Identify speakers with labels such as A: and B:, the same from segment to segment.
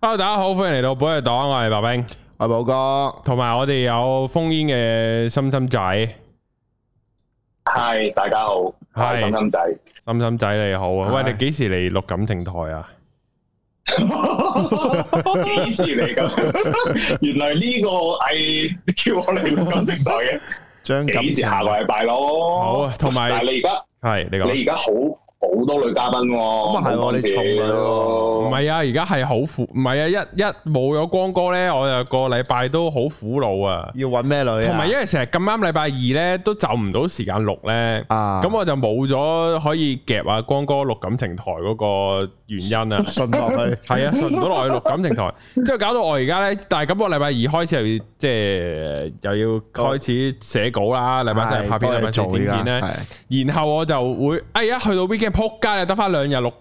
A: Hello，大家好，歡迎嚟到寶藥黨，我係白冰，
B: 阿寶哥，
A: 同埋我哋有封煙嘅心心仔，
C: 係大家好，我係
A: 係
C: 心心仔，
A: 心心仔你好啊！
B: 唉
A: 喂，你幾時嚟錄感情台啊？
C: 幾時 嚟噶？原來呢個係叫我嚟錄感情 台嘅，
B: 將感
C: 幾時
B: 情
C: 下個禮拜咯？
A: 好啊同埋
C: 但係你而家
A: 係啊你
C: 你
A: 講，
C: 而家好好多女嘉賓喎，咁
B: 啊係喎你重
A: 唔
B: 啊
A: 係啊，而家係好苦，唔係啊，一一冇咗光哥咧，我就個禮拜都好苦惱啊，
B: 要揾咩女啊？
A: 同埋因為成日咁啱禮拜二咧都就唔到時間錄咧，
B: 啊，
A: 咁我就冇咗可以夾啊光哥錄感情台嗰個原因啊。，
B: 信落去
A: 係啊，順唔到落去錄感情台，之後搞到我而家咧，但係咁我禮拜二開始又要即係又要開
B: 哦
A: 始寫稿啦，禮拜三又拍片，
B: 多嘢
A: 禮拜四
B: 做
A: 剪片
B: 而家
A: 咧，然後我就會哎呀，去到 weekend 撲街啊，得翻兩日錄，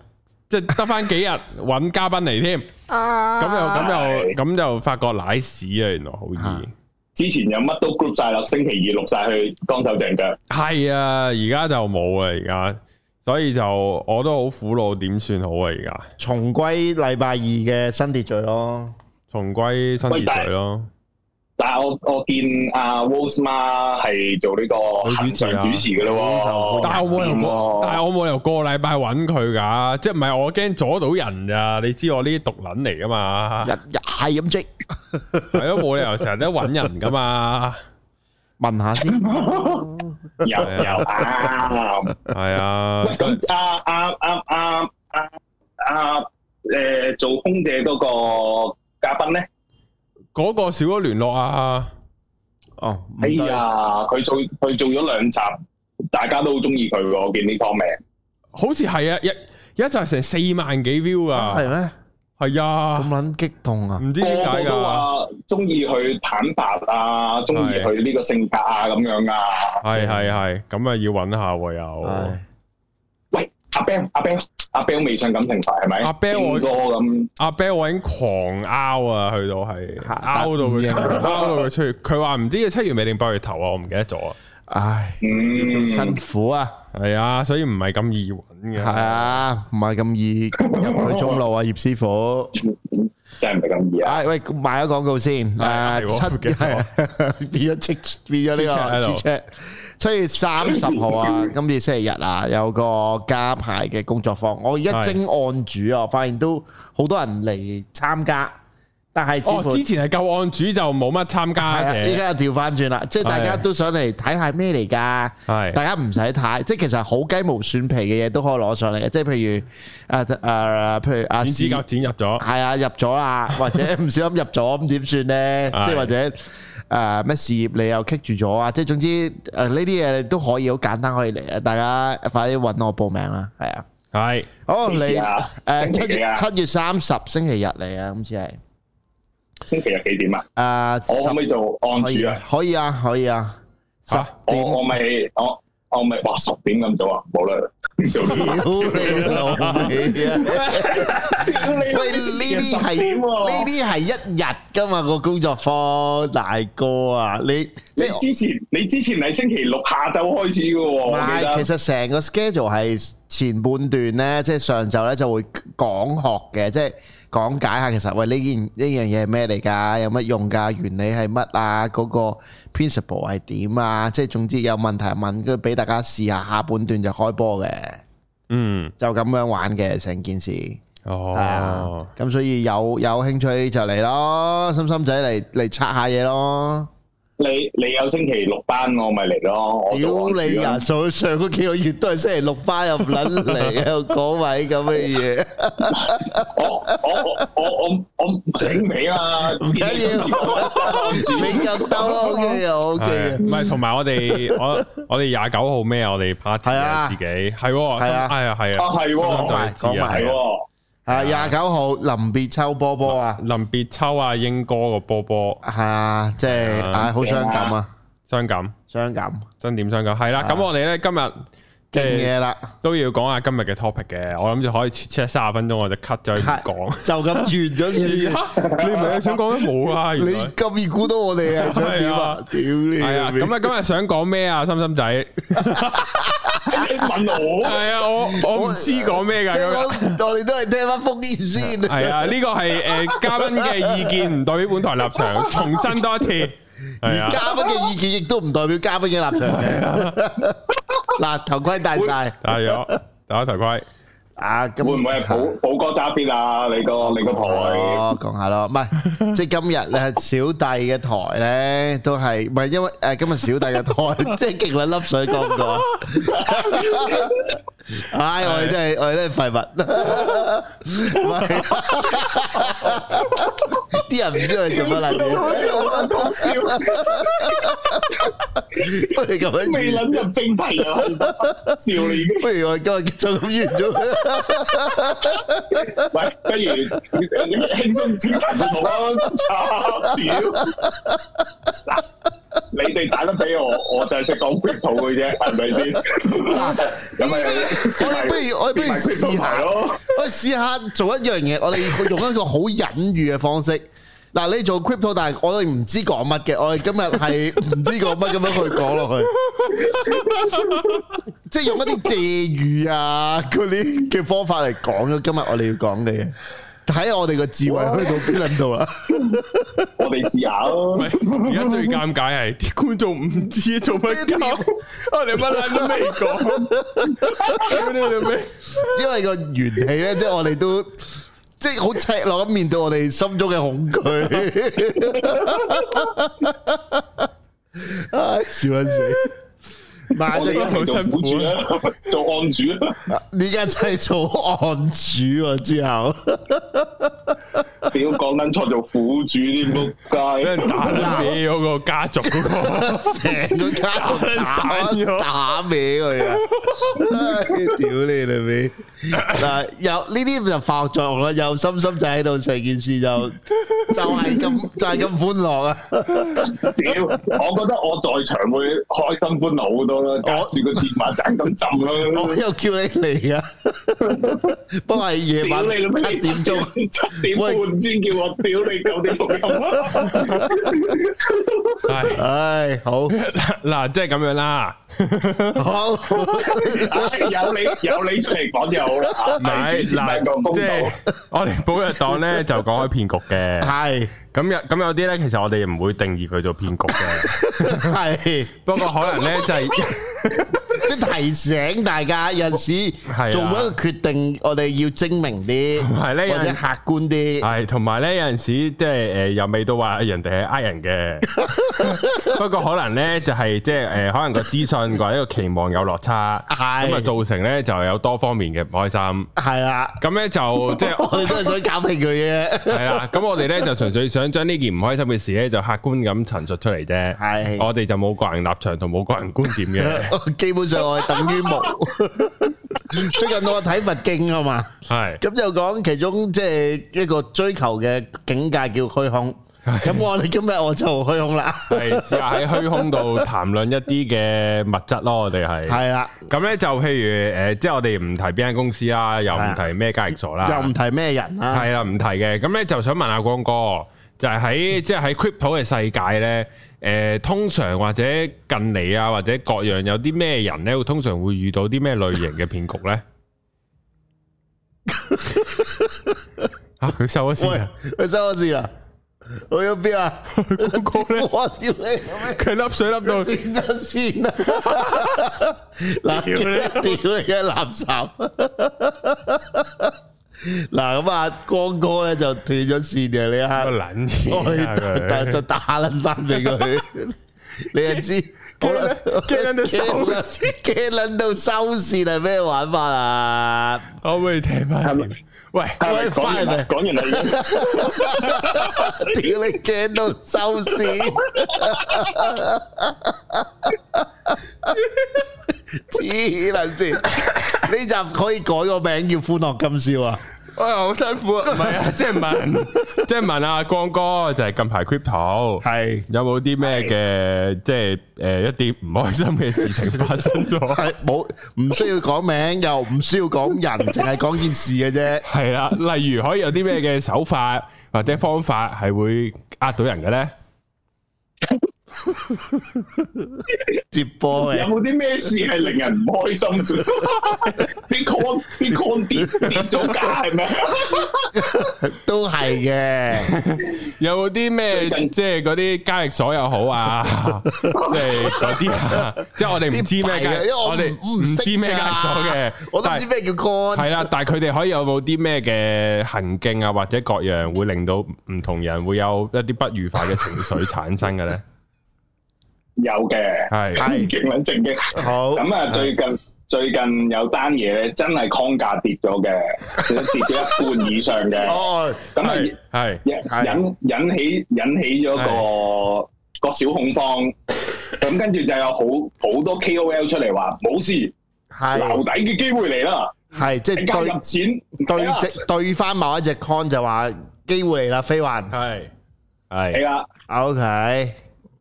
A: 即係得翻 幾日揾嘉賓嚟添，咁
B: 啊
A: 又咁又咁就發覺奶屎啊，原來好易。
C: 之前有乜都 group 晒啦，星期二錄晒去乾手淨腳，
A: 係啊，而家就冇啊，而家，所以就我都好苦惱，點算好啊？而家
B: 重歸禮拜二嘅新秩序咯。
A: 重歸新
C: 喂但
A: 秩
C: 係
A: 序咯，
C: 但係我我見阿 Rose Ma 係做呢個
A: 女主
C: 行
A: 持
C: 上
A: 啊
C: 主持嘅咯喎，
A: 但係我冇理由
C: 掂喎
A: 個，但係我冇理由個禮拜揾佢噶，即係唔係我驚阻到人咋？你知我呢啲毒撚嚟噶嘛
B: 日？日係咁即
A: 係咯，冇理由成日都揾人噶嘛？
B: 問下先，
C: 有有啊。
A: 係啊
C: 喂，，咁啊啊啊啊啊啊誒，做空姐嗰個嘉賓咧，
A: 嗰個少咗聯絡啊，
B: 哦，唔
C: 哎
B: 得
C: 呀，佢做佢做咗兩集，大家都好中意佢喎，我見呢方面。
A: 好似係啊，一一集成四萬幾 view
B: 係
A: 噶，
B: 咩？
A: 係
B: 咁
A: 啊，
B: 撚激動啊！
A: 唔知點
C: 啊個
A: 解
C: 個都
A: 㗎，
C: 話中意佢坦白啊，中意佢呢個性格啊咁樣啊。
A: 係係係，咁啊要揾下喎又
B: 唉。
C: 喂，阿 Bell 阿 Bell 阿 Bell 未上感情牌係咪？
A: 阿 Bell 我
C: 邊個咁
A: 阿 Bell 我已經狂拗啊，去到係
B: 嚇
A: 拗到佢
B: 得唔
A: 拗到佢出血，佢話唔知要七月尾定八月頭啊，我唔記得咗啊。
B: 唉，辛
C: 嗯
B: 苦啊，
A: 系啊，所以唔係咁易揾嘅。
B: 係，啊，唔係咁易入去中路啊，葉師傅。
C: 真係唔係咁易啊！
B: 哎唉，喂，賣咗廣告先。
A: 係
B: 誒，
A: 喎哎唔記得哎
B: 七 變咗即變咗呢
A: Chit chat 喺
B: 個
A: 度
B: Chit chat 七月三十號啊，今次星期日啊，有個加牌嘅工作坊。我而家
A: 係
B: 徵案主啊，我發現都好多人嚟參加，但係似
A: 哦，
B: 乎
A: 之前係舊案主就冇乜參
B: 係
A: 加
B: 啊依
A: 嘅，
B: 家又調翻轉啦，即係大家
A: 係
B: 都想嚟睇下咩嚟㗎。
A: 係
B: 大家唔使太，即係其實好雞毛蒜皮嘅嘢都可以攞上嚟嘅，即係譬如誒誒、譬如阿
A: 剪指甲剪入咗，
B: 係啊，入咗啦，或者 唔小心入咗，咁點算咧？
A: 係
B: 即係或者誒咩事業你又棘住咗啊？即係總之誒呢啲嘢都可以好簡單可以嚟啊！大家快啲揾我報名啦，係啊！
A: 係
B: 好你
C: 幾時啊
B: 誒
C: 星期
B: 七
C: 幾
B: 月
C: 啊
B: 七月三十星期日嚟啊，今次係
C: 星期日幾點啊？我可唔
B: 誒
C: 可以做案
B: 可以
C: 主啊
B: 啊？，可以啊，可以啊，十
A: 嚇
B: 點
C: 我我咪我我咪哇十點咁早啊，冇啦，做
B: 屌你老味啊！喂，呢啲係呢啲係一日噶嘛個工作坊，大哥啊，你即
C: 你
B: 係
C: 之前你之前係星期六下晝開始嘅喎，
B: 唔
C: 我記
B: 係，
C: 得
B: 其實成個 schedule 係前半段咧，即係上晝咧就會講學嘅，即係講解下其實喂呢件呢樣嘢係咩嚟㗎，有乜用㗎，原理係乜啊，嗰、個 principle 係點啊，即係總之有問題問，跟住俾大家試下，下半段就開波嘅，
A: 嗯，
B: 就咁樣玩嘅成件事。係啊
A: 哦，，
B: 咁所以有有興趣就嚟咯，心心仔嚟嚟拆下嘢咯。
C: 你你有星期六班我咪嚟咯，我
B: 屌
C: 做案
B: 你
C: 主
B: 啊！
C: 啊！
B: 上上嗰幾個月都係星期六班又唔撚嚟，又講埋啲咁嘅嘢，
C: 我我我我我我醒尾啦，唔
B: 緊要
C: 啊
B: 你夠兜啦，OK 啊
A: 係
B: ，OK
A: 啊
B: 啊，
A: 唔係同埋我哋我我哋廿九號咩啊？我哋 party
B: 係
A: 啊
B: 啊
A: 自己係喎，係
B: 係啊
A: 啊係啊，
C: 啊係
A: 中
C: 喎
A: 間對
B: 講
A: 峙啊
B: 埋
C: 係
A: 係啊，
C: 喎，
B: 啊廿九號臨別抽波波啊，
A: 臨別抽啊英哥個波波
B: 係啊，即係
A: 係啊
B: à? 唉，好傷感啊，
A: 傷感，
B: 傷感
A: 真點傷感係啦。
B: 係啊
A: 咁我哋咧今日即
B: 勁
A: 係
B: 嘢啦，
A: 都要講下今日嘅 topic 嘅。我諗住可以 check 三十分鐘，我就 cut 咗唔
B: Cut
A: 講。
B: 就咁完咗先。
A: 嚇 你唔係想講咩冇啊？
B: 你
A: 原來
B: 咁易估到我哋啊？想點啊？屌你
A: 係
B: 老
A: 啊，
B: 味！
A: 咁啊，今日想講咩啊，心心仔？係
C: 你問我
A: 啊，我我唔知講咩㗎。
B: 即係
A: 咁樣
B: 我我哋都係聽翻封煙先。
A: 係啊，呢個係诶嘉賓嘅意見，唔代表本台立場。重申多一次，係
B: 而
A: 啊。
B: 嘉賓嘅意見亦都唔代表嘉賓嘅立場嘅。嗱，頭盔戴晒
A: 戴咗，戴咗頭盔。
B: 啊，咁
C: 會唔會係寶寶哥揸邊啊？你個你個台
B: 哦，講下咯，唔係即係今日咧小弟嘅台咧都係唔係因為誒、今日小弟嘅 台即係勁兩粒水講 過，唉、我哋真係我哋真係 廢物，唔 係啲人唔知我哋做乜撚嘢，
C: 講笑，
B: 不如咁樣
C: 未
B: 完
C: 諗入正題啊！ 笑你已經。
B: 不如我哋今日就咁完咗，
C: 喂，不如你輕鬆啲彈就好啦，屌！嗱，你哋打得俾我，我就係識講 crypto 嘅啫，係咪先？咁咪
B: 我哋不如我哋不如
C: 變埋
B: 試
C: crypto
B: 下
C: 牌。咯。
B: 我哋試下做一樣嘢，我哋用一個好隱喻嘅方式。嗱，你做 crypto，但係我哋唔知講乜嘅，我哋今日係唔知講乜咁樣去講落去，即係用一啲借喻啊嗰啲嘅方法嚟講咗今日我哋要講嘅嘢，睇下我哋個智慧去到邊撚度啦。
C: 我哋試下咯
A: 喂，。而家最尷尬係啲觀眾唔知做乜鳩，我哋乜撚都未講，屌你老味！
B: 因為個元氣咧， 即係我哋都即係好赤裸咁面對我哋心中嘅恐懼。 唉，笑撚死！買
C: 我哋一
B: 咗
C: 齊做苦主啦，做案主啦。
B: 呢家真係做案主喎，之後
C: 屌，講緊錯做苦主啲仆
A: 俾人
C: 街，
A: 打爛咗個家族嗰個，
B: 成個家族打
A: 打咗
B: 打歪佢啊！唉屌你老味！嗱，有呢啲就化學作用啦，有心心仔喺度，成件事就就係咁就係咁歡樂啊！
C: 屌！我覺得我在場會開心歡樂好多啦，隔住個電話盞咁浸啦
B: 我。又叫你嚟 啊！不過係夜晚
C: 屌你老
B: 七
C: 味！
B: 點鐘，
C: 七點半先叫我屌你九點半啊
A: 唉，
B: 唉，好
A: 嗱，即係咁樣啦，
B: 好
C: 有你有你出嚟講 就好啦。啊
A: 唔係嗱，即係我哋寶藥黨咧就講開騙局嘅，
B: 係
A: 咁有咁有啲咧，其實我哋唔會定義佢做騙局嘅，
B: 係，即
A: 不過可能咧就係。
B: 係提醒大家有陣時
A: 啊
B: 做每一個決定，我哋要精明啲，
A: 係啊呢有陣
B: 或者客觀啲，
A: 系，同埋咧有阵时即系诶，又未到話人哋係呃人嘅，不過可能咧就係即系诶，呃可能個資訊或者個期望有落差，
B: 係
A: 咁啊造成咧就有多方面嘅唔開心。
B: 係啦。
A: 咁咧就即係
B: 我哋都係想搞平佢嘅，
A: 係啦，咁我哋 咧就純粹想將呢件唔開心嘅事咧就客觀咁陳述出嚟啫。
B: 係
A: 我哋就冇個人立場同冇個人觀點嘅，
B: 基本上我係等於冇。最近我睇佛經啊嘛。
A: 係
B: 咁就講其中即係一個追求嘅境界叫虛空。咁我哋今日我就虛空 啦，
A: 係試下喺虛空度談論一啲嘅物質咯，我哋係。
B: 係啦，
A: 咁咧就譬如诶，呃即係我哋唔提邊間公司啦，又唔提咩交易所啦，
B: 又唔提咩人啊啦，
A: 係啦，啊唔提嘅。咁咧就想問下光哥，就係喺即係喺 crypto 嘅世界咧，诶、通常或者近嚟啊，或者各樣有啲咩人咧，會通常會遇到啲咩類型嘅騙局咧？吓佢、收咗
B: 喂
A: 先啊！，
B: 佢收咗線啦，去咗 邊啊？
A: 光哥咧，
B: 我屌你，咁
A: 佢粒水粒到
B: 樣轉咗線 啦！嗱，
A: 屌
B: 屌你嘅垃圾！ 嗱，咁啊，光哥咧就斷咗線嘅呢一刻
A: 個。撚
B: 我去
A: 嘢啊
C: 哎
B: 打就
A: 佢！
B: 哎打撚翻俾 佢，你又知好啦，
A: 驚撚到收
B: 驚撚到收線係咩玩法 啊？
A: 可唔可以聽翻
C: 係
A: 添
C: 咪？
A: 喂，哎
B: 喂
C: 講完
B: 快
C: 啦
B: 嚟，
C: 講完啦，
B: 屌你驚到收 線，黐撚線！呢集可以改個名叫《歡樂今宵》啊！
A: 哎呀，好辛苦啊！唔係啊，即係問，即係問阿光哥，就係近排 crypto
B: 係
A: 有冇啲咩嘅，即係诶一啲唔開心嘅事情發生 咗？
B: 係冇唔需要講名，又唔需要講人，淨係講件事嘅啫。
A: 係啦，例如可以有啲咩嘅手法或者方法係會呃到人嘅咧？
B: 接波
C: 有
B: 嘅，
C: 冇啲咩事係令人唔開心 啫？啲 con 啲 con 跌跌咗價係咪？
B: 都係嘅，
A: 有冇啲咩
C: 最近
A: 即係嗰啲交易所又好 啊，即係嗰啲啊，即係我哋唔知咩
B: 啲幣啊因為
A: 交，
B: 我唔
A: 我哋
B: 唔
A: 唔
B: 識
A: 知咩交易所嘅，
B: 我都唔
A: 但
B: 知
A: 係
B: 咩叫 con。
A: 系啦，但系佢哋可以有冇啲咩嘅行徑啊，或者各樣會令到唔同人會有一啲不愉快嘅情緒產生嘅咧？
C: 有嘅，
A: 係
B: 係
C: 勁撚正經。
B: 好，
C: 咁啊，最近最近有單嘢咧，真係框架跌咗嘅，跌咗一半以上嘅。
B: 哦，
C: 咁啊，
A: 係係
C: 引引引起引起咗個個小恐慌。咁跟住就有好好多 KOL 出嚟話冇事，留
B: 係
C: 底嘅機會嚟啦，
B: 係即
C: 你加入
B: 係
C: 錢
B: 對對只對翻某一隻 con 就話機會嚟啦，飛環。
A: 係
C: 係
A: 係
C: 啦。
B: Ờ, OK，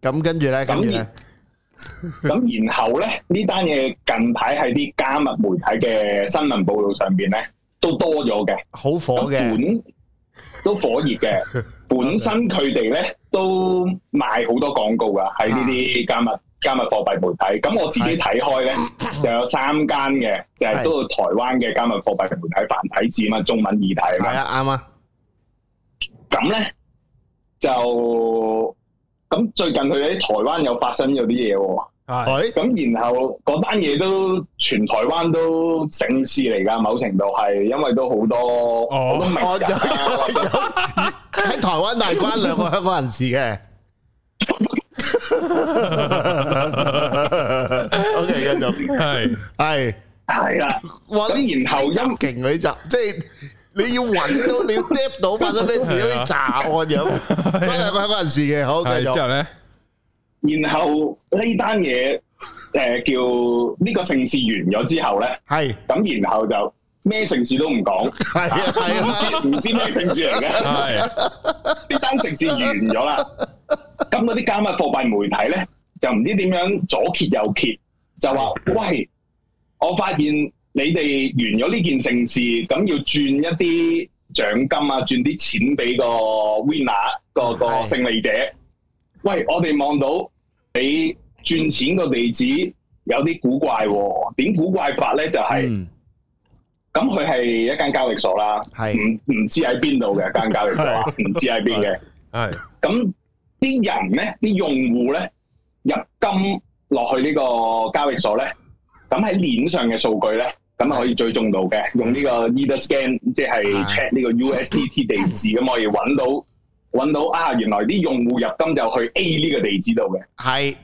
B: 咁跟住咧，跟住咧，
C: 咁然後咧，呢單嘢近排喺啲加密媒體嘅新聞報導上邊咧，都多咗嘅。
B: 好火
C: 咁
B: 嘅，
C: 本都火熱嘅， 本身佢哋咧都賣好多廣告噶，喺呢
B: 啊
C: 啲加密加密貨幣媒體。咁我自己睇開咧，就有三間嘅，就係、
B: 係
C: 都有台灣嘅加密貨幣媒體繁體字嘛，中文異體
B: 係
C: 嘛。
B: 啊，啱啊，
C: 咁咧就咁最近佢喺台灣又發生咗啲嘢喎。
A: 係
B: 喂，
C: 咁然後嗰單嘢都全台灣都盛事嚟㗎，某程度係因為都好多好 多名
B: 我就
C: 人啊或者
B: 喺台灣大關兩個香港人士嘅。O K，繼續
A: 係
B: 係。
C: 係啦。
B: 哇！呢
C: 咁然後
B: 呢集
C: 因
B: 勁嗰啲集，即係你要揾到，你要 d 到發生咩事，好似查案咁。嗰兩個香港人士嘅，好繼
A: 係之
B: 續。
A: 後咧
C: 然後呢單嘢誒叫呢個盛事完咗之後咧，
B: 係
C: 咁然後就咩盛事都唔講，
B: 係啊係
C: 唔
B: 啊，
C: 知唔知咩盛事嚟嘅。
A: 係
C: 呢單盛事完咗啦，咁嗰啲加密貨幣媒體咧就唔知點樣左揭右揭，就話：喂，我發現你哋完咗呢件盛事，咁要轉一啲獎金啊，轉啲錢俾個 winner 個個
B: 嗯係
C: 勝利者。喂，我哋望到你轉錢個地址有啲古怪喎、點古怪法咧？就係、
B: 嗯
C: 咁佢係一間交易所啦，
B: 係
C: 唔唔知喺邊度嘅間交易所啊，唔知喺邊嘅。
A: 係
C: 咁啲人咧，啲用戶咧入金落去呢個交易所咧，咁喺鏈上嘅數據咧，咁啊可以追蹤到嘅，用呢個 Ether Scan 即係
B: 係
C: check 呢個 USDT 地址，咁可以揾到揾到啊，原來啲用戶入金就去 A 呢個地址度嘅。
B: 係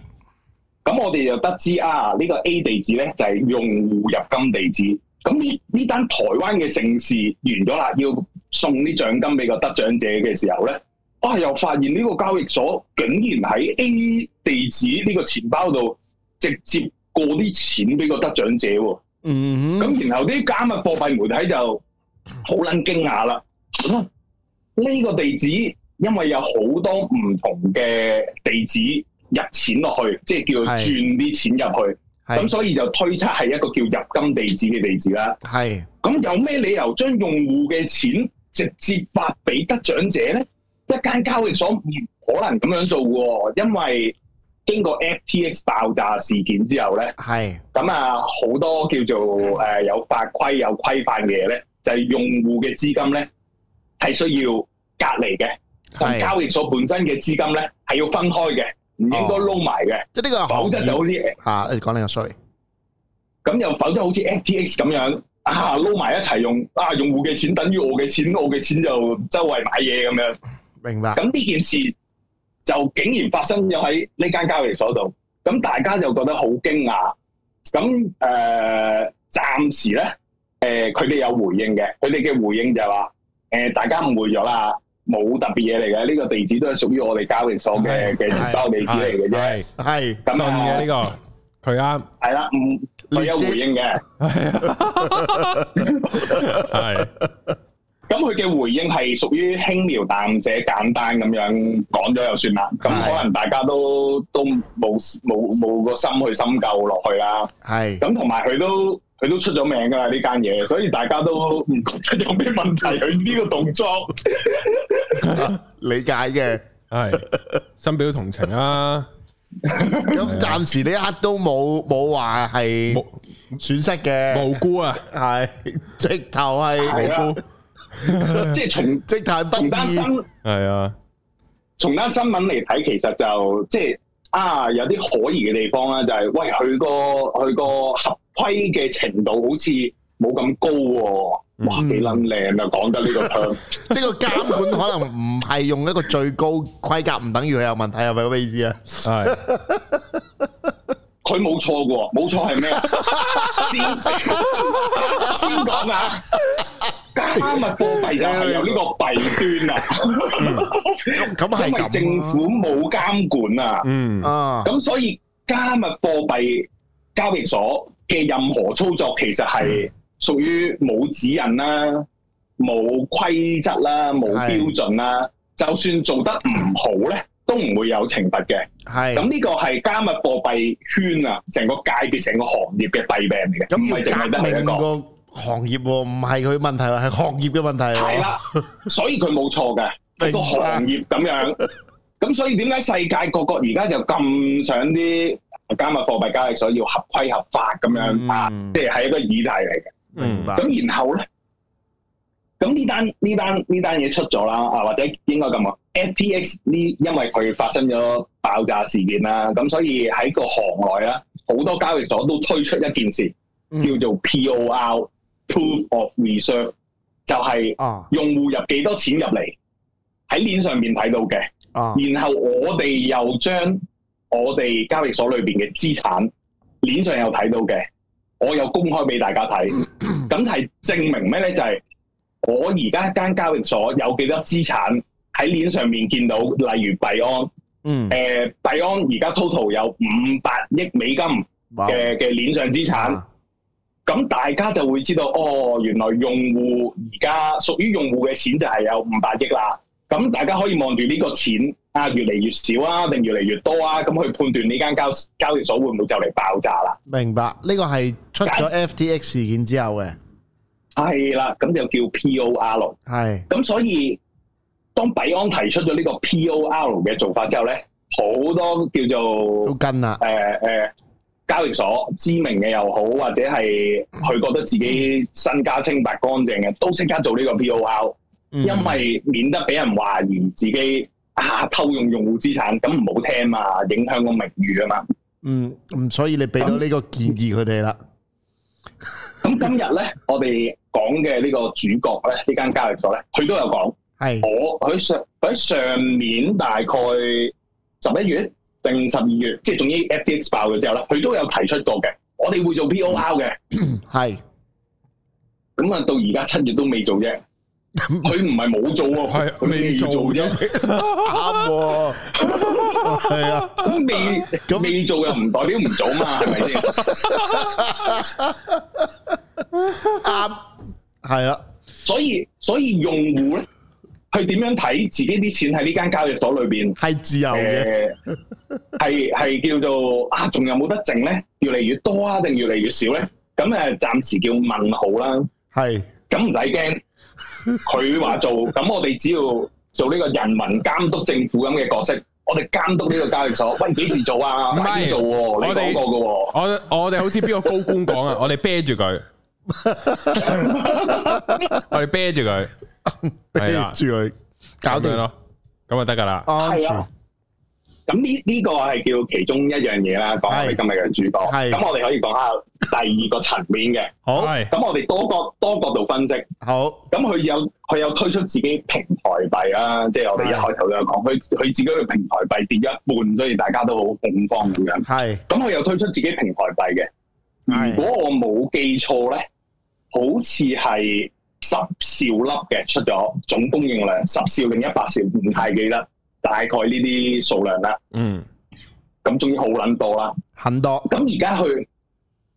C: 咁我哋就得知啊，呢、個 A 地址咧就係、用戶入金地址。咁呢呢單台灣嘅盛事完咗啦，要送啲獎金俾個得獎者嘅時候咧，啊又發現呢個交易所竟然喺 A 地址呢個錢包度直接過啲錢俾個得獎者喎。
B: 嗯哼
C: 咁然後啲加密貨幣媒體就好撚驚訝啦。啊呢、個地址因為有好多唔同嘅地址入錢落去，即係叫做
B: 係
C: 轉啲錢入去，咁
B: 係
C: 所以就推測係一個叫入金地址嘅地址啦。
B: 係
C: 咁有咩理由將用戶嘅錢直接發俾得獎者咧？一間交易所唔可能咁樣做喎，因為經過 FTX 爆炸事件之後咧。
B: 係
C: 咁啊，好多叫做誒、呃有法規有規範嘅嘢咧，就係、用戶嘅資金咧係需要隔離嘅，同
B: 係，
C: 交易所本身嘅資金咧係要分開嘅，唔應該撈埋嘅，
B: 即係呢個係
C: 否
B: 行
C: 則就
B: 業
C: 好似
B: 嚇。你講呢個 sorry，
C: 咁又否則好似 FTX 咁樣啊撈埋一齊用啊，用戶嘅錢等於我嘅錢，我嘅錢就周圍買嘢咁樣。
B: 明白
C: 咁呢件事就竟然發生咗喺呢間交易所度，咁大家就覺得好驚訝。咁誒、呃，暫時咧，誒、佢哋有回應嘅，佢哋嘅回應就係話，誒、呃大家誤會咗啦，冇特別嘢嚟嘅，呢、個地址都係屬於我哋交易所嘅嘅錢包地址嚟嘅啫。
A: 係
B: 係
C: 咁
A: 信
C: 啊
A: 嘅，呢個佢啱
C: 係啦，嗯唔佢有回應嘅。
A: 係
C: 咁佢嘅回應係屬於輕描淡寫、簡單咁樣講咗就算啦。咁
B: 係
C: 可能大家都都冇冇冇個心去深究落去啦。
B: 係
C: 咁同埋佢都佢都出咗名㗎啦呢間嘢，所以大家都唔覺得有咩問題。佢呢個動作
B: 理解嘅。
A: 系深表同情啊，
B: 咁暫時呢一刻都冇冇話係
A: 無
B: 損失嘅，
A: 無辜啊，
B: 係直頭係
C: 係啊
A: 無辜，
C: 即係從
B: 直頭係不
C: 從單
B: 義，
C: 身。
A: 系啊，
C: 從單新聞嚟睇，其實就即係啊，有啲可疑嘅地方啦，就係、喂佢個佢個合規嘅程度好似冇咁高喎、哇
B: 嗯
C: 幾撚靚啊！講得呢個 term，
B: 即係個監管可能唔係用一個最高規格，唔等於佢有問題，係咪咁嘅意思啊？
A: 系
C: 佢冇錯嘅喎，冇錯 係咩？先先講啊！加密貨幣就係有呢個弊端啊，
B: 咁係
C: 因
B: 咁
C: 為
B: 啊
C: 政府冇監管啊。
A: 嗯
B: 啊，
C: 咁所以加密貨幣交易所嘅任何操作，其實
B: 嗯
C: 係屬於冇指引啦、冇規則啦、冇
B: 係
C: 標準啦。就算做得唔好咧，都唔會有懲罰嘅。
B: 係
C: 咁呢個係加密貨幣圈啊，成個界別、成個行業嘅弊病嚟嘅，唔係淨係
B: 咁
C: 得
B: 要革
C: 佢一
B: 命
C: 個。
B: 個行業喎，唔係佢問題喎，係行業嘅問題喎。
C: 係啦，所以佢冇錯嘅，
B: 明白
C: 係個行業 咁樣。咁所以點解世界各國而家就咁想啲加密貨幣交易所要合規合法咁樣、
B: 嗯
C: 啊？即係係一個議題嚟嘅。
B: 明
A: Ừ.
B: 白
C: 咁然後咧，咁呢單呢單呢單嘢出咗啦，啊或者應該咁講，FTX 呢，因為佢發生咗爆炸事件啦，咁所以喺個行內啦，好多交易所都推出一件事
B: 嗯
C: 叫做 POR（Proof of Reserve），就係、
B: 啊
C: 用户入幾多錢入嚟，喺鏈上面睇到嘅，
B: 啊
C: 然後我哋又將我哋交易所裏邊嘅資產鏈上又睇到嘅，我又公開俾大家睇，咁係證明咩咧？就係、我而家間交易所有幾多資產喺鏈上面見到，例如幣安，
B: 嗯
C: 誒、，幣安而家 total 有五百億美金
B: 哇
C: 嘅嘅鏈上資產。
B: 啊
C: 咁大家就會知道，哦，原來用戶而家屬於用戶嘅錢就係有五百億啦。咁大家可以望住呢個錢啊，越嚟越少啊，定越嚟越多啊，咁去判斷呢間交交易所會唔會就嚟爆炸啦？
B: 明白呢個係出咗
C: 簡
B: FTX 事件之後嘅，
C: 係啦，咁就叫 POR 咯。
B: 係
C: 咁所以當幣安提出咗呢個 POR 嘅做法之後咧，好多叫做
B: 都跟啦，
C: 誒誒交易所知名嘅又好，或者係佢覺得自己身家清白乾淨嘅，都即刻做呢個 POR，
B: 因
C: 因為免得俾人懷疑自己啊偷用用戶資產，咁唔好聽嘛，影響個名譽啊嘛。
B: 嗯嗯，所以你俾到呢個建議佢哋啦，
C: 咁今日咧， 我哋講嘅呢個主角咧，呢間交易所咧，佢都有講，
B: 係
C: 我佢上佢喺上年大概十一月定十二月，即係總之 FTX 爆咗之後咧，佢都有提出過嘅，我哋會做 POR 嘅。
B: 係
C: 咁啊，到而家七月都未做啫。佢唔係冇做喎，
A: 係
C: 佢未做啫，
B: 啱喎，係啊，
C: 咁未未做又唔代表唔做嘛，係咪先？
B: 啱係啦，
C: 所以所以用戶咧，佢點樣睇自己啲錢喺呢間交易所裏邊？
B: 係自由嘅，
C: 誒係係叫做啊，仲有冇得剩咧？越嚟越多啊，定越嚟越少咧？咁誒，暫時叫問號啦。
B: 係
C: 咁唔使驚，佢話做，咁我哋只要做呢個人民監督政府咁嘅角色，我哋監督呢個交易所，喂幾時做啊？
A: 唔係
C: 快啲做喎、
A: 我哋
C: 你講過嘅喎、
A: 我我哋好似邊個高官講啊，我哋啤住佢，我哋啤住佢，
B: 俾
A: 係啦
B: 住佢搞
A: 啊咁樣
B: 掂
A: 咯，咁就得噶啦，
B: 安
C: 係
B: 全
C: 啊，咁呢呢個係叫其中一樣嘢啦，講我
B: 係
C: 哋今日嘅主角。
B: 係
C: 咁我哋可以講下第二個層面嘅。
B: 好
A: 係
C: 咁我哋多角多角度分析。
B: 好
C: 咁佢有佢有推出自己平台幣啦，即係我哋
B: 係
C: 一開頭都有講，佢佢自己嘅平台幣跌咗一半，所以大家都好恐慌咁樣。
B: 係
C: 咁佢又推出自己平台幣嘅。
B: 係
C: 如果我冇記錯咧，好似係十兆粒嘅出咗總供應量，十兆定一百兆唔太記得，大概呢啲數量啦。
A: 嗯
C: 咁終於好撚多啦。
B: 很多
C: 咁而家佢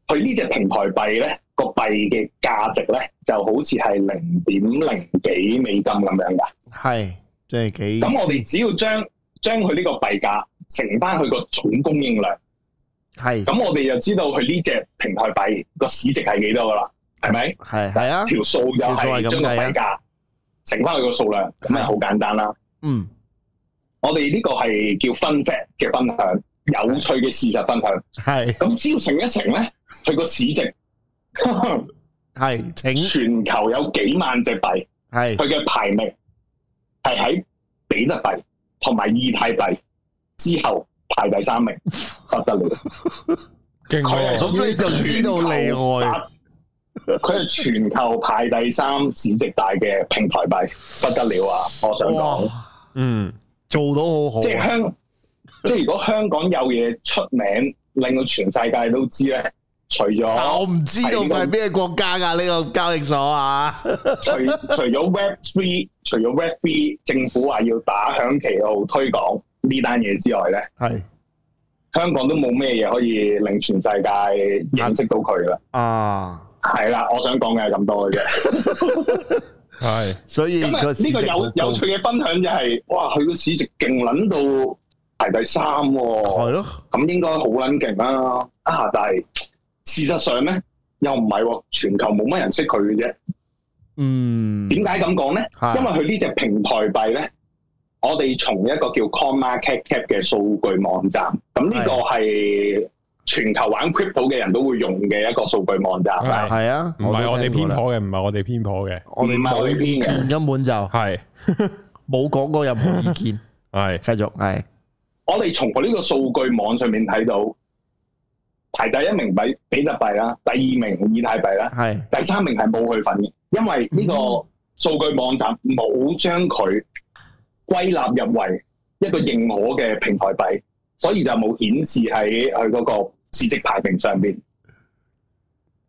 C: 佢呢只平台幣咧，個幣嘅價值咧，就好似係零點零幾美金咁樣㗎。
B: 係即係幾
C: 咁我哋只要將將佢呢個幣價乘翻佢個總供應量，
B: 係
C: 咁我哋就知道佢呢只平台幣個市值係幾多㗎啦，係咪？
B: 係係啊，
C: 條數又
B: 條數係咁
C: 係將個幣價乘翻佢個數量，咁咪好簡單啦。
B: 嗯
C: 我哋呢個係叫 fun fact 嘅分享，有趣嘅事實分享。
B: 係
C: 咁只要乘一乘咧，佢個市值
B: 係請
C: 全球有幾萬隻幣，
B: 係
C: 佢嘅排名係喺比特幣同埋以太幣之後排第 三名，不得了。
A: 勁
C: 佢
A: 喎
C: 係屬於
B: 咁你就知道例外
C: 全球八。佢係全球排第三市值大嘅平台幣，不得了啊！我想講。
B: 哇
A: 嗯，
B: 做到好好
C: 即係
B: 啊，
C: 香，即係如果香港有嘢出名，令到全世界都知咧，除
B: 但我
C: 咗
B: 唔知道係咩國家㗎呢個交易所啊，
C: 除除咗 Web Three，除咗 Web Three，政府話要打響旗號推廣呢單嘢之外咧，
B: 係
C: 香港都冇咩嘢可以令全世界認識到佢啦。
B: 啊。
C: 係啦，我想講嘅係咁多嘅啫。
A: 係
B: 所以
C: 咁
B: 個
C: 啊，
B: 市值
C: 呢個
B: 好
C: 有
B: 高
C: 有趣嘅分享就係、哇，佢個市值勁撚到排第三喎、
B: 係咯，
C: 咁應該好撚勁啦。啊，但係事實上咧，又唔係喎，全球冇乜人識佢嘅啫。
B: 嗯，
C: 點解咁講咧？
B: 係
C: 因為佢呢只平台幣咧，我哋從一個叫 CoinMarketCap 嘅數據網站，咁呢個係全球玩 crypto 嘅人都會用嘅一個數據網站啦。
A: 係
B: 係啊，
A: 唔係
B: 都
A: 我哋
B: 聽
A: 偏
B: 過啦
A: 頗嘅，唔係我哋偏頗嘅，
B: 我哋
C: 唔係我哋
B: 冇意
C: 編嘅
B: 見，根本就
A: 係
B: 冇講過任何意見。
A: 係
B: 繼續係
C: 我哋從佢呢個數據網上面睇到，排第一名比比特幣啦，第二名以太幣啦。
B: 係
C: 第三名係冇佢份嘅，因為呢個數據網站冇將佢歸納入為一個認可嘅平台幣，所以就冇顯示喺佢嗰個市值排名上邊。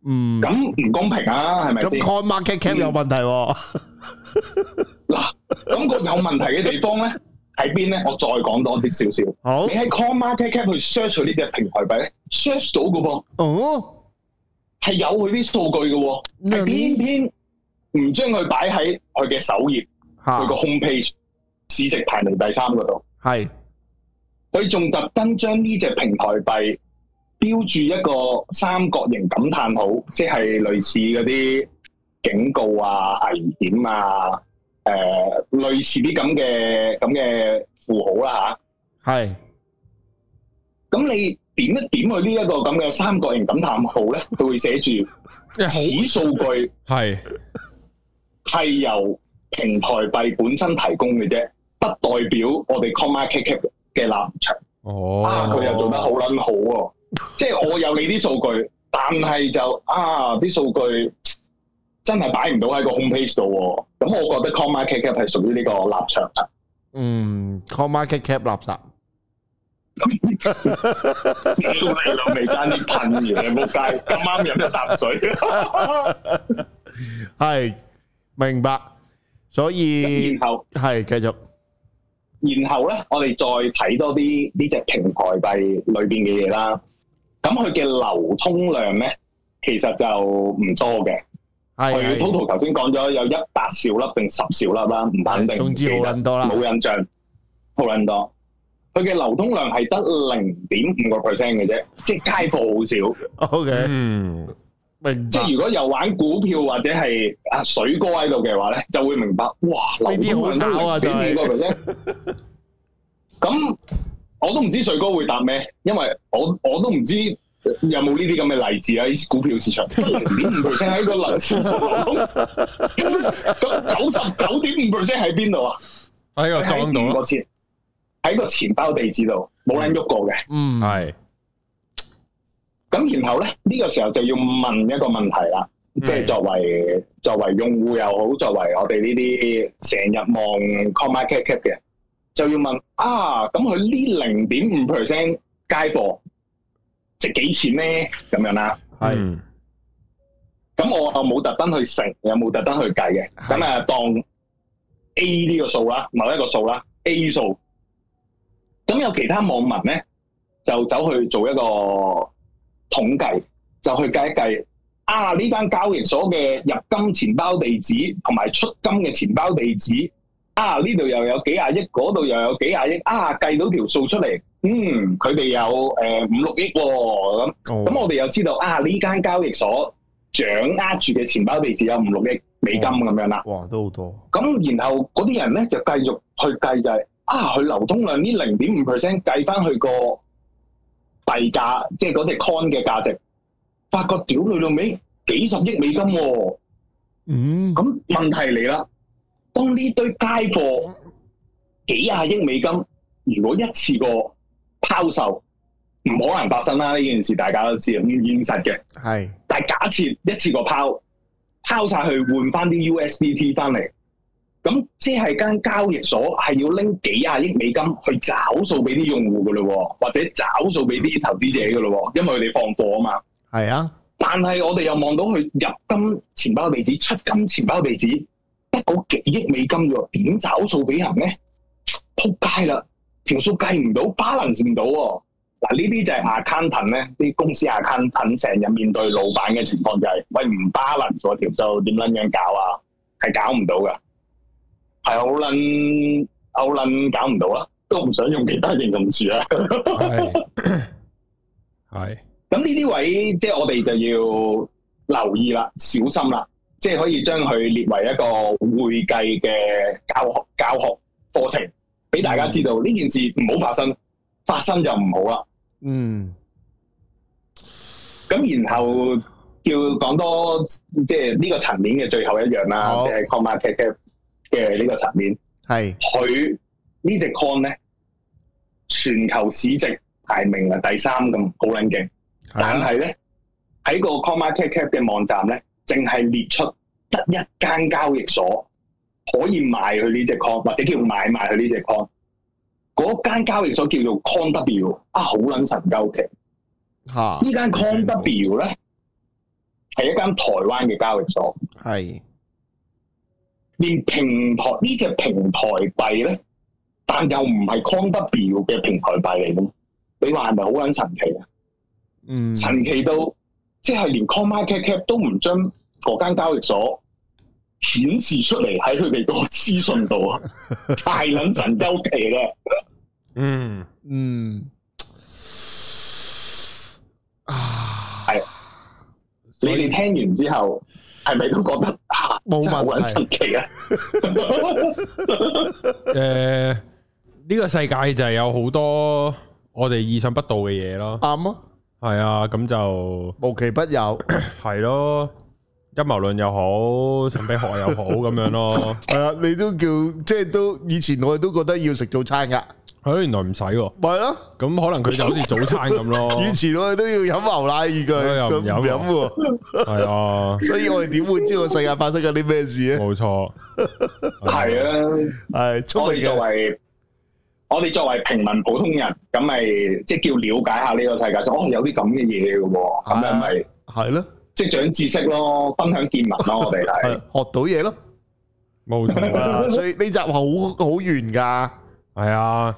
B: 嗯，
C: 咁唔公平啊，係咪
B: 咁
C: 先？
B: Coin Market Cap 有問題喎，
C: 嗱，咁個有問題嘅地方咧喺邊咧？我再講多啲少少。
B: 好
C: 你喺 CoinMarketCap 去 search 佢呢只平台幣咧，search 到嘅噃，
B: 哦，
C: 係有佢啲數據嘅喎，係偏偏唔將佢擺喺佢嘅首頁。
B: 嚇
C: 佢個 home page 市值排名第三嗰度，
B: 係
C: 佢仲特登將呢隻平台幣標注一個三角形感嘆號，即係類似嗰啲警告啊、危險啊、誒、類似啲咁嘅咁嘅符號啦
B: 係
C: 吓，咁你點一點佢呢一個咁嘅三角形感嘆號咧，佢會寫住此數據
A: 係
C: 係由平台幣本身提供嘅啫，不代表我哋 CoinMarketCap 嘅立場。
A: 哦，
C: 啊，佢又做得好撚好喎、即係我有你啲數據，但係就啊啲數據真係擺唔到喺個 home page 度喎。咁我覺得 Coin Market Cap 係屬於呢個立場啊。
B: 嗯 Coin Market Cap 垃圾，
C: 屌你老味，爭啲噴完你冇街，咁啱飲一啖水。
B: 係明白，所以
C: 然後，
B: 係繼續
C: 然後咧，我哋再睇多啲呢只平台幣裏邊嘅嘢啦。咁佢嘅流通量咧，其實就唔多嘅。佢
B: 係
C: total 頭先講咗有一百兆粒定十兆粒啦，唔肯定。
B: 總之好撚多啦
C: 冇印象，好撚多。佢嘅流通量係得零點五個 percent 嘅啫，即係街貨好少。
B: ，OK
A: 嗯
B: 明
C: 即
B: 白，
C: 係如果有玩股票或者係啊水哥喺度嘅話咧，就會明白哇，流通量
B: 呢啲好炒啊
C: 得
B: 真係
C: 零點五個 percent。咁我都唔知水哥會答咩，因為我我都唔知有冇呢啲咁嘅例子啊喺股票市場，零點五 percent 喺個樓市場流通，咁九十九點五 percent 喺邊度啊？
A: 喺個裝
C: 喺五
A: 到
C: 個錢喺個錢包地址度冇人喐過嘅。
B: 嗯
A: 係
C: 咁然後咧，呢、個時候就要問一個問題啦，
A: 嗯
C: 即係作為作為用戶又好，作為我哋呢啲成日望 c o m m a cap cap 嘅，就要問啊，咁佢呢零點五 percent 街貨值幾錢咧？咁樣啦，
B: 係
A: 嗯
C: 咁我又冇特登去乘，又冇特登去計嘅，
B: 係
C: 咁啊當 A 呢個數啦，某一個數啦，A 數。咁有其他網民咧，就走去做一個統計，就去計一計啊呢間交易所嘅入金錢包地址同埋出金嘅錢包地址，啊呢度又有幾廿億，嗰度又有幾廿億，啊計到條數出嚟，嗯，佢哋有誒五六億喎咁，咁我哋又知道啊呢間交易所掌握住嘅錢包地址有五六億美金咁樣啦。
B: 哇，都好多，
C: 咁然後嗰啲人咧就繼續去計就係、啊，佢流通量呢零點五 percent 計翻去個幣價，即係嗰隻 coin 嘅價值，發覺屌你老味幾十億美金喎、
B: 嗯，
C: 咁問題嚟啦，當呢堆街貨幾廿億美金，如果一次過拋售，唔可能發生啦！呢件事大家都知，啊唔現實嘅。
B: 系
C: 但係假設一次過拋拋晒去換翻啲 USDT 翻嚟，咁即係間交易所係要拎幾廿億美金去找數俾啲用戶噶咯喎，或者找數俾啲投資者噶咯喎，因為佢哋放貨啊嘛。
B: 系啊，
C: 但係我哋又望到佢入金錢包地址、出金錢包地址得嗰幾億美金啫，點找數俾人咧？撲街啦，條數計唔到，balance 唔到喎。嗱，呢啲就係 accountant 咧，啲公司 accountant 成日面對老闆嘅情況就係、喂唔 balance 喎條數點撚樣搞啊？係搞唔到㗎，係好撚好撚搞唔到啦，都唔想用其他形容詞啊啦。
A: 嗯系
C: 咁呢啲位，即係我哋就要留意啦，小心啦，即係可以將佢列為一個會計嘅教學教學課程，俾大家知道呢件事唔好發生，發生就唔好啦。
B: 嗯，
C: 咁然後要講多即係呢個層面嘅最後一樣啦，
B: 好
C: 即係 con market 嘅嘅呢個層面，
B: 系
C: 佢呢只 con 咧全球市值排名啊係第三咁好撚勁。但係咧喺個 CoinMarketCap 嘅網站咧，淨係列出得一間交易所可以賣佢呢只 coin，或者叫買賣佢呢只 coin。嗰間交易所叫做 CoinW，啊好撚神鳩奇！
B: 吓
C: 呢間 CoinW 咧係一間台灣嘅交易所，
B: 系
C: 連平台呢只平台幣咧，但又唔係 CoinW 嘅平台幣嚟嘅，你話係咪好撚神奇啊？
B: 嗯
C: 神奇到即係連 c o n m a r k e t cap 都唔將嗰間交易所顯示出嚟喺佢哋個資訊度啊！太撚神鳩奇啦！
A: 嗯
B: 嗯啊，
C: 係你
A: 以
C: 哋聽完之後係咪都覺得啊，
B: 冇問題
C: 真係好撚神奇 啊？
A: 诶，呢个世界就系有好多我哋意想不到嘅嘢咯。
B: 啱啊，
A: 系啊，咁就
B: 無奇不有，
A: 系咯，阴谋论又好，神秘学又好，咁样咯。
B: 系啊，你都叫即系都以前我哋都覺得要食早餐噶，
A: 诶，原来唔使喎，
B: 咪咯，
A: 咁可能佢就好似早餐咁咯。
B: 以前我哋都要飲牛奶而佢
A: 又唔
B: 就唔
A: 飲
B: 飲喎。
A: 系啊，
B: 所以我哋點會知道世界發生緊啲咩事咧？
A: 冇错，
C: 係啊，
B: 係聰
C: 我
B: 明
C: 哋作
B: 嘅，
C: 為我哋作為平民普通人，咁咪即係叫了解下呢個世界，就哦有啲咁嘅嘢嘅喎，咁
B: 啊
C: 樣咪
B: 係咯，
C: 即係長知識咯，分享見聞咯，我哋
B: 係
C: 係
B: 學到嘢咯。
A: 冇错，
B: 啊所以呢集好好完㗎，
A: 系啊，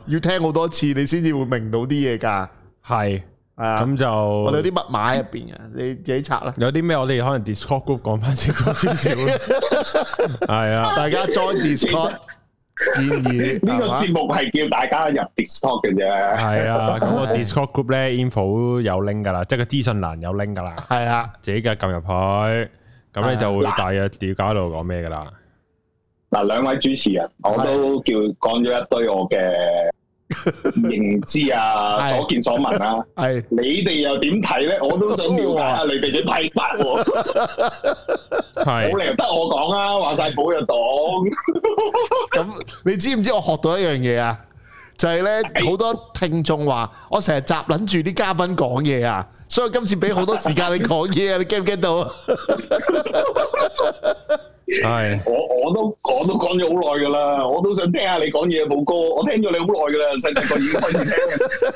B: 要聽好多次你先至會明到啲嘢㗎。
A: 系。
B: 係啊，
A: 咁就
B: 我哋有啲密碼喺入邊嘅，你自己拆啦。
A: 有啲咩我哋可能 Discord group 講翻清楚少少咯，係啊，
B: 大家 join
C: 其
B: Discord Ờ,
C: 實
B: 建議
C: 呢個
B: 係嘛
C: 節目係叫大家入 Discord 嘅啫。
A: 係啊，咁個 Discord group 咧 info 有 link 噶啦，即係個資訊欄有 link 噶啦，
B: 係啊，
A: 自己嘅撳入去，咁咧就會大約了解到講咩噶啦，
C: 嗱，兩位主持人，我都叫講咗一堆我嘅認知啊，
B: 係
C: 所見所聞啊。
B: 係
C: 你哋又點睇咧？我都想了解下你哋嘅睇法喎。冇
A: 係
C: 理由得我講啊，話晒寶藥黨。
B: 咁，你知唔知我學到一樣嘢啊？就係咧，好多聽眾話我成日雜撚住啲嘉賓講嘢啊，所以我今次俾好多時間你講嘢啊，你驚唔驚到啊？
A: 係
C: 我我都我都講咗好耐㗎啦，我都想聽下你講嘢，寶哥。我聽咗你好耐㗎啦，細細個已經開始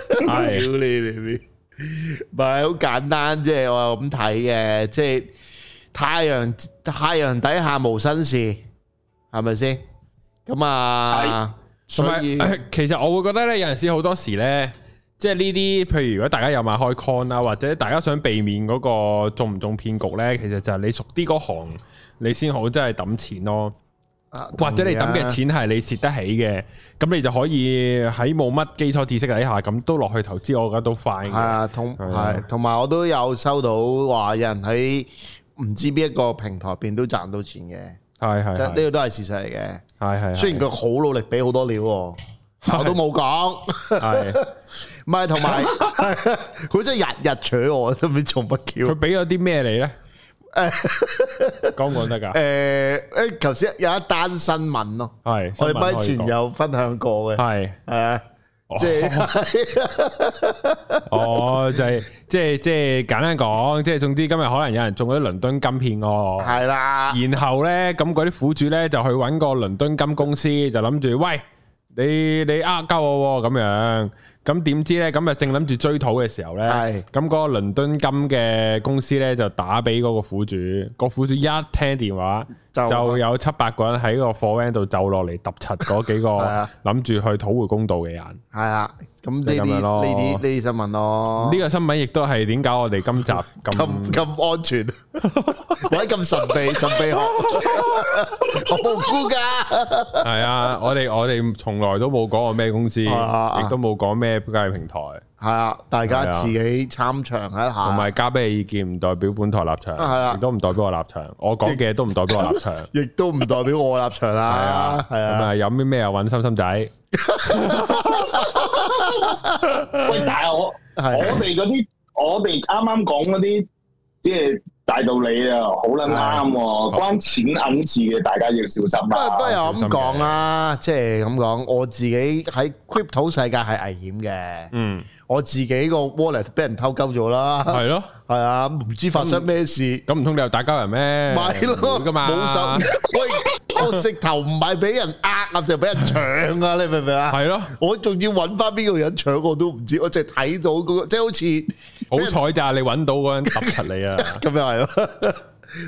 C: 聽嘅。
A: 係
B: 屌你你你，唔係好簡單啫，我又咁睇嘅，即係太陽太陽底下無新事，係咪先？咁啊，
A: 同
B: 所
A: 埋
B: 以啊
A: 其實我會覺得咧，有陣時好多時咧，即係呢啲，譬如如果大家有買開 con 啦，或者大家想避免嗰個中唔中騙局呢，其實就係你熟啲嗰行，你先好真係抌錢咯。
B: 啊
A: 或者你抌嘅
B: 同意啊
A: 錢係你蝕得起嘅，咁你就可以喺冇乜基礎知識底下，咁都落去投資，我覺得都快
B: 係
A: 嘅。
B: 啊，同
A: 係啊
B: 係同埋我都有收到話有人喺唔知邊一個平台入邊都賺到錢嘅，
A: 係係
B: 即係呢
A: 係
B: 個都係事實嚟嘅。
A: 係係，
B: 雖然佢好努力俾好多料喎，我都冇講。
A: 係
B: 唔係 同埋佢真係日日取我，都唔知做乜
A: 佢
B: 叫。
A: 俾咗啲咩 你呢？講唔講得㗎？
B: 誒誒，頭先有一單新聞咯，
A: 係
B: 我哋咪
A: 新聞
B: 前
A: 可以講
B: 有分享過嘅，
A: 係。
B: 係啊，即係
A: 哦，就係即係即係簡單講，即係總之今日可能有人中咗倫敦金騙案，
B: 係啦。
A: 然後咧咁嗰啲苦主咧就去揾個倫敦金公司，就諗住喂你你呃鳩我喎咁樣，咁點知咧咁啊正諗住追討嘅時候咧，
B: 係
A: 咁嗰個倫敦金嘅公司咧就打俾嗰個苦主，個苦主一聽電話
B: 就
A: 就有七八個人喺個貨 van 度就落嚟揼柒嗰 幾個
B: 啊
A: 諗住去討回公道嘅人。
B: 系啦，咁呢
A: 就咁
B: 啲
A: 樣
B: 呢
A: 咯
B: 啲呢啲新聞咯，
A: 呢個新聞亦都係點解我哋今集咁
B: 咁咁 安全，或者咁神秘神秘學，我無辜噶，
A: 系啊，我哋我哋從來都冇講過咩公司，亦
B: 啊啊
A: 都冇講咩交易平台，
B: 係啊，大家
A: 係啊
B: 自己參詳一
A: 同埋
B: 下，
A: 嘉賓嘅意見唔代表本台立
B: 係啊
A: 場，亦都唔代表我立場，我講嘅都唔代表我立場，係
B: 亦都唔代表我立場啦
A: 啊，，
B: 係
A: 咁
B: 啊，
A: 啊有咩咩啊揾心心仔，
C: 喂，但係我
B: 係啊
A: 啊
C: 我哋嗰啲，我哋啱啱講嗰啲，即係大道理啊，好撚啱喎，關錢銀事嘅，大家要小心啊
B: 不過不過
C: 啦。
B: 又咁講啦，即係咁講，我自己喺 crypto 世界係危險嘅，
A: 嗯，
B: 我自己個 wallet 俾人偷鳩咗啦，
A: 係咯，
B: 係啊，唔知發生咩事。
A: 咁唔通你又打交人咩？
B: 咪咯，
A: 噶嗯嘛，
B: 冇手。喂，我石頭唔係俾人呃啊，就俾人搶啊！你明唔明啊？
A: 係咯，
B: 我仲要揾翻邊個人搶我都唔知，我淨係睇到嗰個，即
A: 好
B: 係好似
A: 彩咋你揾到嗰個人揼柒 你啊，
B: 咁又係咯。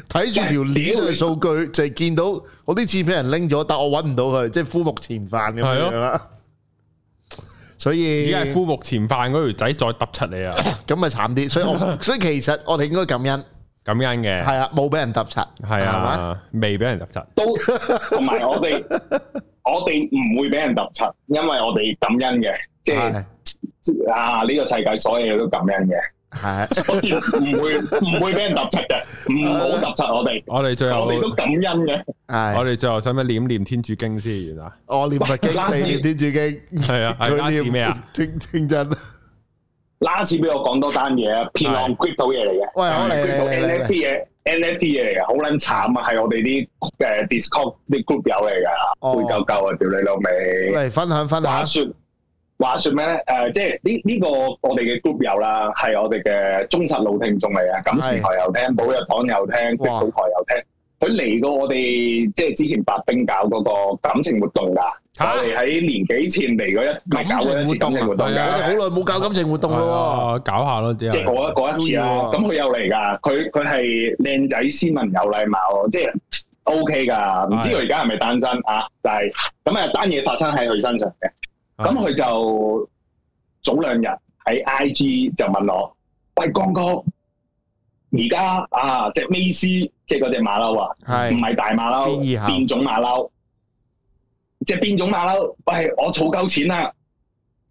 B: 睇住條鏈上嘅數據，就係見到我啲錢俾人拎咗，但我揾唔到佢，即係枯木前飯咁
A: 係咯
B: 樣啦。所以
A: 而家係枯木前犯嗰條仔再揼柒你啊，
B: 咁咪慘 啲，所以我所以其實我哋應該感恩，
A: 咁樣嘅，
B: 係啊，冇俾人揼柒，
A: 係
B: 係咪，
A: 啊，未俾人揼柒，
C: 都同埋我哋， 我哋唔會俾人揼柒，因為我哋感恩嘅，即係
B: 係
C: 啊呢個世界所有嘢都感恩嘅，
B: 係
C: 所以唔會唔會俾人揼柒嘅，唔好揼柒我哋，
A: 我哋最後
C: 我哋都
A: 我
C: 感恩嘅。
B: 係，
A: 哋最後使唔使念念天主經先完啊？
B: 我念佛經，
C: 喂
B: 你念天主經。
A: 系啊，係拉
B: 佢
A: 屎
B: 念
A: 咩啊？？
B: 聽聽真，喂，
C: last 俾我講多單嘢啊，騙案 crypto 嘢嚟嘅
B: 我嚟嚟嚟
C: ，crypto
B: 嚟
C: NFT
B: 嚟，
C: 嘢，NFT 嘢嚟嘅，好撚慘啊！係我哋啲誒 Discord 啲 group 友嚟
B: 哦
C: 㗎，灰鳩鳩啊！屌你老味！
B: 嚟分享分
C: 話
B: 享，
C: 説話説咩咧？誒，即係呢呢個我哋嘅 group 友啦，係我哋嘅忠實老聽眾嚟嘅，感情台又聽，寶藥黨又聽
B: 哇
C: ，crypto 台又聽。佢嚟過我哋即係之前白冰搞嗰個感情活動㗎，
A: 嚇
C: 我哋喺年幾前嚟嗰一咪搞過一次感情活動
B: 我哋
C: 㗎。
B: 好耐冇搞感情活動咯
A: 啊，搞下咯，之
C: 即係
A: 後
C: 嗰嗰一次啦
B: 都要啊。
C: 咁佢又嚟㗎，佢佢係靚仔斯文有禮貌，即係 O K 㗎。唔知佢而家係咪單身啊？但係咁啊，單嘢發生喺佢身上嘅。咁佢就早兩日喺 I G 就問我：喂，江哥，而家啊只美斯，即係嗰只馬騮啊，
B: 係
C: 唔係大馬
B: 變異
C: 騮，
B: 後
C: 變種馬騮，只變種馬騮。喂，我儲夠錢啦，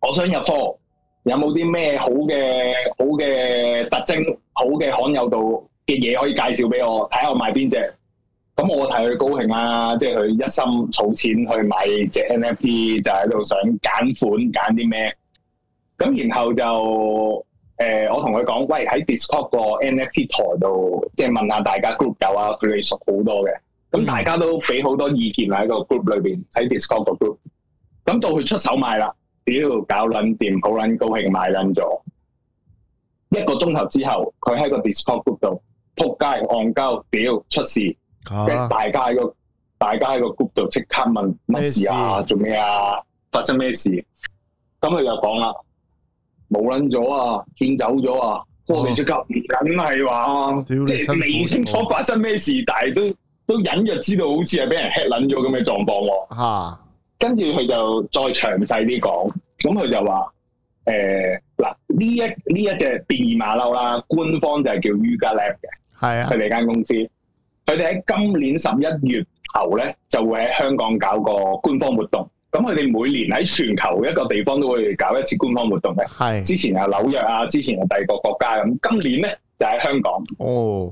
C: 我想入貨，有冇啲咩好嘅好嘅特徵、好嘅罕有度嘅嘢可以介紹俾我？睇下我買邊只。咁我睇佢高興啦，即係佢一心儲錢去買只 NFT，就喺度想揀款揀啲咩。咁然後就誒、我同佢講，喂喺 Discord 個 NFT 台度，即係問下大家 group 友啊，佢哋熟好多嘅。咁
B: 嗯
C: 大家都俾好多意見喺個 group 裏邊，喺 Discord 個 group。咁到佢出手買啦，屌搞撚掂，好撚高興買撚咗。一個鐘頭之後，佢喺個 Discord group 度撲街戇鳩，屌出事！
B: 喎，
C: 即係
B: 嚇
C: 大家喺個大家喺個 group 度即刻問乜事
B: 咩
C: 啊？做咩啊？發生咩事？咁佢就講啦，冇撚咗啊，轉走咗啊！我哋即刻唔緊係話，
B: 屌你
C: 即
B: 辛苦
C: 係未清楚
B: 咗
C: 發生咩事，但係都都隱約知道好似係俾人 hit 撚咗咁嘅狀況喎。
B: 嚇
C: 跟住佢就再詳細啲講，咁佢就話：誒、誒嗱呢一呢一隻電馬騮啦，官方就係叫 Yuga Lab 嘅，
B: 係啊
C: 佢，哋間公司，佢哋喺今年十一月頭咧就會喺香港搞個官方活動。咁佢哋每年喺全球一個地方都會搞一次官方活動嘅。
B: 係，
C: 之前係紐約啊，之前係第二個國家咁，今年咧就喺香港。
B: 哦，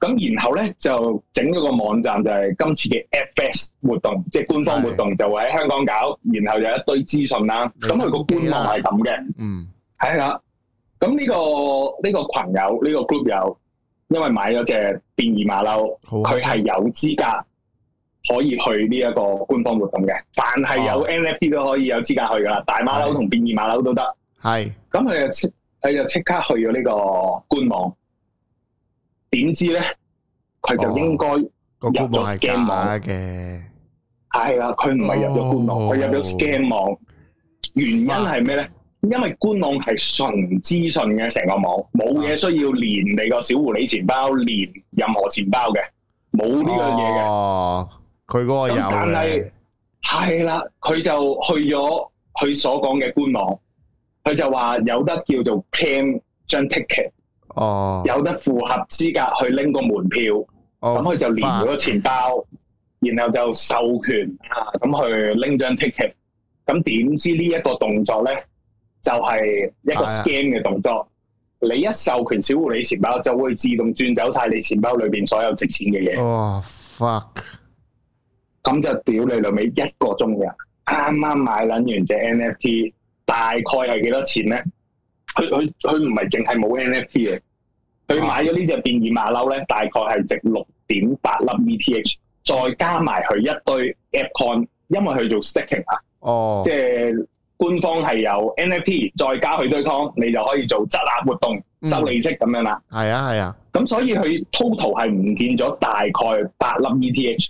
C: 咁然後咧就整咗個網站，就係今次嘅 FS 活動，即係官方活動就會喺香港搞，然後有一堆資訊啦。咁佢個官網係咁嘅，
B: 嗯，
C: 係啦。咁呢、個呢、個群友呢、個 group 友，因為買咗隻變異馬騮，
B: 好啊，
C: 佢係有資格可以去呢一個官方活動嘅，凡係有
B: 哦
C: NFT 都可以有資格去噶啦，大馬騮同變異馬騮都得。
B: 係
C: 咁佢就即佢就即刻去咗呢個官網，點知咧佢
B: 哦
C: 就應該
B: 個官網
C: 入咗
B: 係
C: scam
B: 假
C: 網
B: 嘅，
C: 係啦，佢唔係入咗官網，
A: 哦
C: 佢入咗 scam 網。原因係咩咧？因為官網係純資訊嘅成個網，
B: 啊
C: 冇嘢需要連你個小狐狸錢包，連任何錢包嘅，冇呢樣嘢嘅。
B: 哦，佢嗰個有
C: 咁但
B: 嘅
C: 係，係啦，佢就去咗佢所講嘅官網，佢就話有得叫做 claim 張 ticket。
B: 哦，
C: 有得符合資格去拎個門票，咁
B: 哦，
C: 佢就連咗錢包，然後就授權啊，咁去拎張 ticket。咁點知呢一個動作咧，就係、一
B: 係
C: 個
B: 啊
C: scam 嘅動作。你一授權小狐狸錢包，就會自動轉走晒你錢包裏邊所有值錢嘅嘢。
B: 哦，fuck，
C: 咁就屌你老尾一個鐘嘅，啱啱買撚完隻 NFT，大概係幾多錢咧？佢佢佢唔係淨係冇 NFT 嘅，佢買咗呢只變異馬騮咧，大概係值六點八粒 ETH，再加埋佢一堆 App Coin，因為佢做 staking 啊，
B: 哦
C: 即，係官方係有 NFT，再加佢堆 Coin，你就可以做質押活動收
B: 嗯
C: 利息咁樣啦。
B: 係啊係啊，
C: 咁所以佢 total 係唔見咗大概八粒 ETH，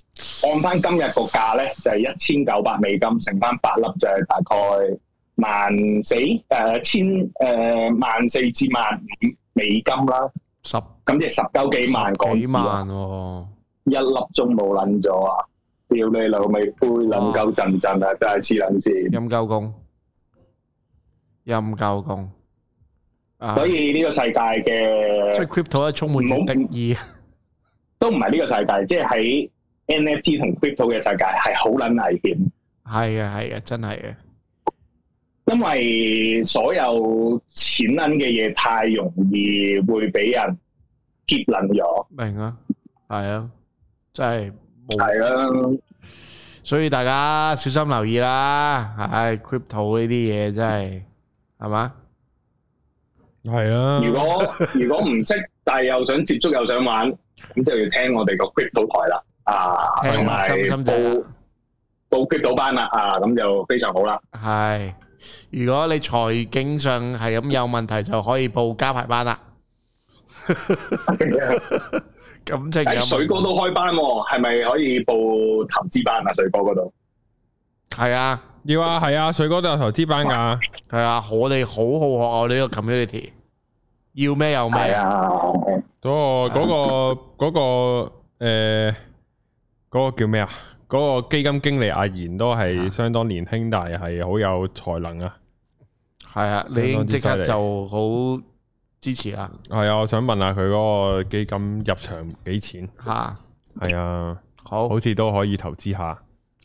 C: 按翻今日個價咧就係一千九百美金，乘翻八粒就係大概萬四誒千誒萬四至萬五美金啦，
B: 十
C: 咁即係十鳩幾萬港
B: 幾
C: 紙啊，
B: 萬喎，
C: 一粒鐘冇撚咗啊！屌你老味，灰撚鳩陣陣啊！真係黐撚線，
B: 陰鳩公，陰鳩公，啊
C: 所，以呢個世界
B: 即係
C: 嘅
B: crypto 咧充滿住敵意，
C: 都唔係呢個世界，即係喺 NFT 同 crypto 嘅世界係好撚危險。
B: 係啊係啊，真係嘅，
C: 因為所有錢銀嘅嘢太容易會俾人劫撚咗，
B: 明啊，係啊，真係冇。
C: 係啦，
B: 所以大家小心留意啦，唉，crypto 呢啲嘢真係係嘛？
A: 系啦
C: 如果
B: 嗯
C: 如果唔識，但係又想接觸又想玩，咁就要聽我哋個 crypto 台啦，啊，
B: 聽
C: 同埋
B: 心心
C: 報
B: 就
C: 報 crypto 班啦，啊，咁就非常 好啦。
B: 係。如果你財經上係咁有問題，就可以報加排班啦。感情有問
C: 喺水哥都開班喎，係咪可以報投資班啊？水哥嗰度
B: 係啊
A: 要啊，系啊，水哥都有投資班噶，
B: 係啊，我哋好好學我哋呢個 community，要咩有
C: 係
B: 咩，
C: 啊，
A: 嗰個嗰個嗰個诶，嗰個叫咩啊？嗰個基金經理阿賢都係相當年輕，但係係好有才能啊！
B: 係啊，你已經即刻就好支持啦
A: 係啊，我想問下佢嗰個基金入場幾錢？
B: 吓，
A: 係啊，
B: 好。
A: 好似都可以投資下。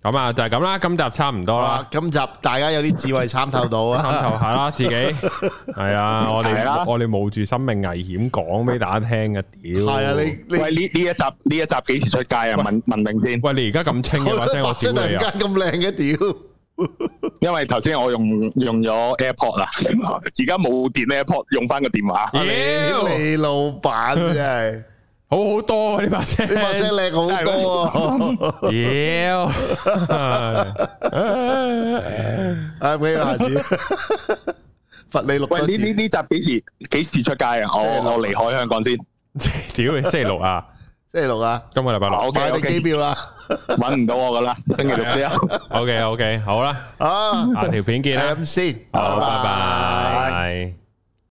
A: 咁啊，就係咁啦，今集差唔多
B: 好
A: 啦
B: 啦，，今集大家有啲智慧參透到
A: 參
B: 啊，
A: 透下啦， 自己係啊，我
C: 係啦
A: 哋我哋冒住生命危險講俾大家聽嘅， 屌
B: 係啊，你你。
C: 呢一集呢一集幾時出街啊？問問明先。
A: 喂你而家咁清嘅把聲，我屌你啊！
B: 把聲突然間咁靚嘅，屌。
C: 因為頭先我用用咗 AirPod 啊，而家冇電 AirPod，用翻個電話。
A: 屌，
B: 你老闆真係，
A: 好好多啊呢把聲，
B: 你把聲靚好多啊。
A: 屌，
B: 唉，俾佢下次。罰你錄多次。
D: 喂，呢呢呢集幾時幾時出街啊？我
B: 星期六
D: 我離開香港先，
A: 屌你星期六啊，
B: 星期六啊，
A: 今個禮拜六
D: 好 OK，OK
B: 買定機票啦。啊，
D: 揾唔到我噶啦，星期六之後。
A: ，OK OK，好啦，下條片見啦，
B: 係咁先，
A: 好，
B: 拜 拜。
A: 拜拜。